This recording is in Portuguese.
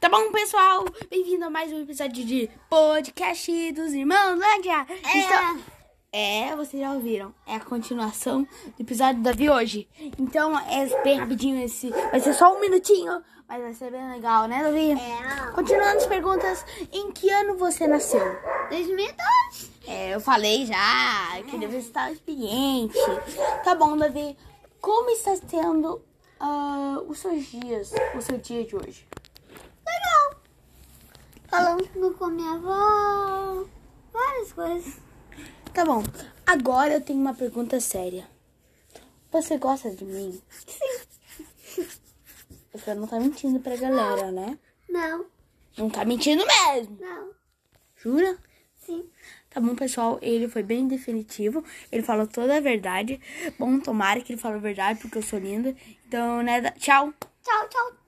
Tá bom, pessoal? Bem-vindo a mais um episódio de Podcast dos Irmãos Lândia. É. é, vocês já ouviram. É a continuação do episódio da Vi hoje. Então, é bem rapidinho esse. Vai ser só um minutinho, mas vai ser bem legal, né, Davi? É. Continuando as perguntas, em que ano você nasceu? 2002. É, eu falei já que deve estar experiente. Tá bom, Davi. Como está sendo ah, os seus dias, o seu dia de hoje? Legal. Falando tudo com a minha avó. Várias coisas. Tá bom. Agora eu tenho uma pergunta séria. Você gosta de mim? Você não tá mentindo pra galera, né? Não, Não tá mentindo mesmo. não. Jura? Sim. Tá bom, pessoal. Ele foi bem definitivo. Ele falou toda a verdade. Bom, tomara que ele falou a verdade, porque eu sou linda. Então, né? da- Tchau. Tchau, tchau.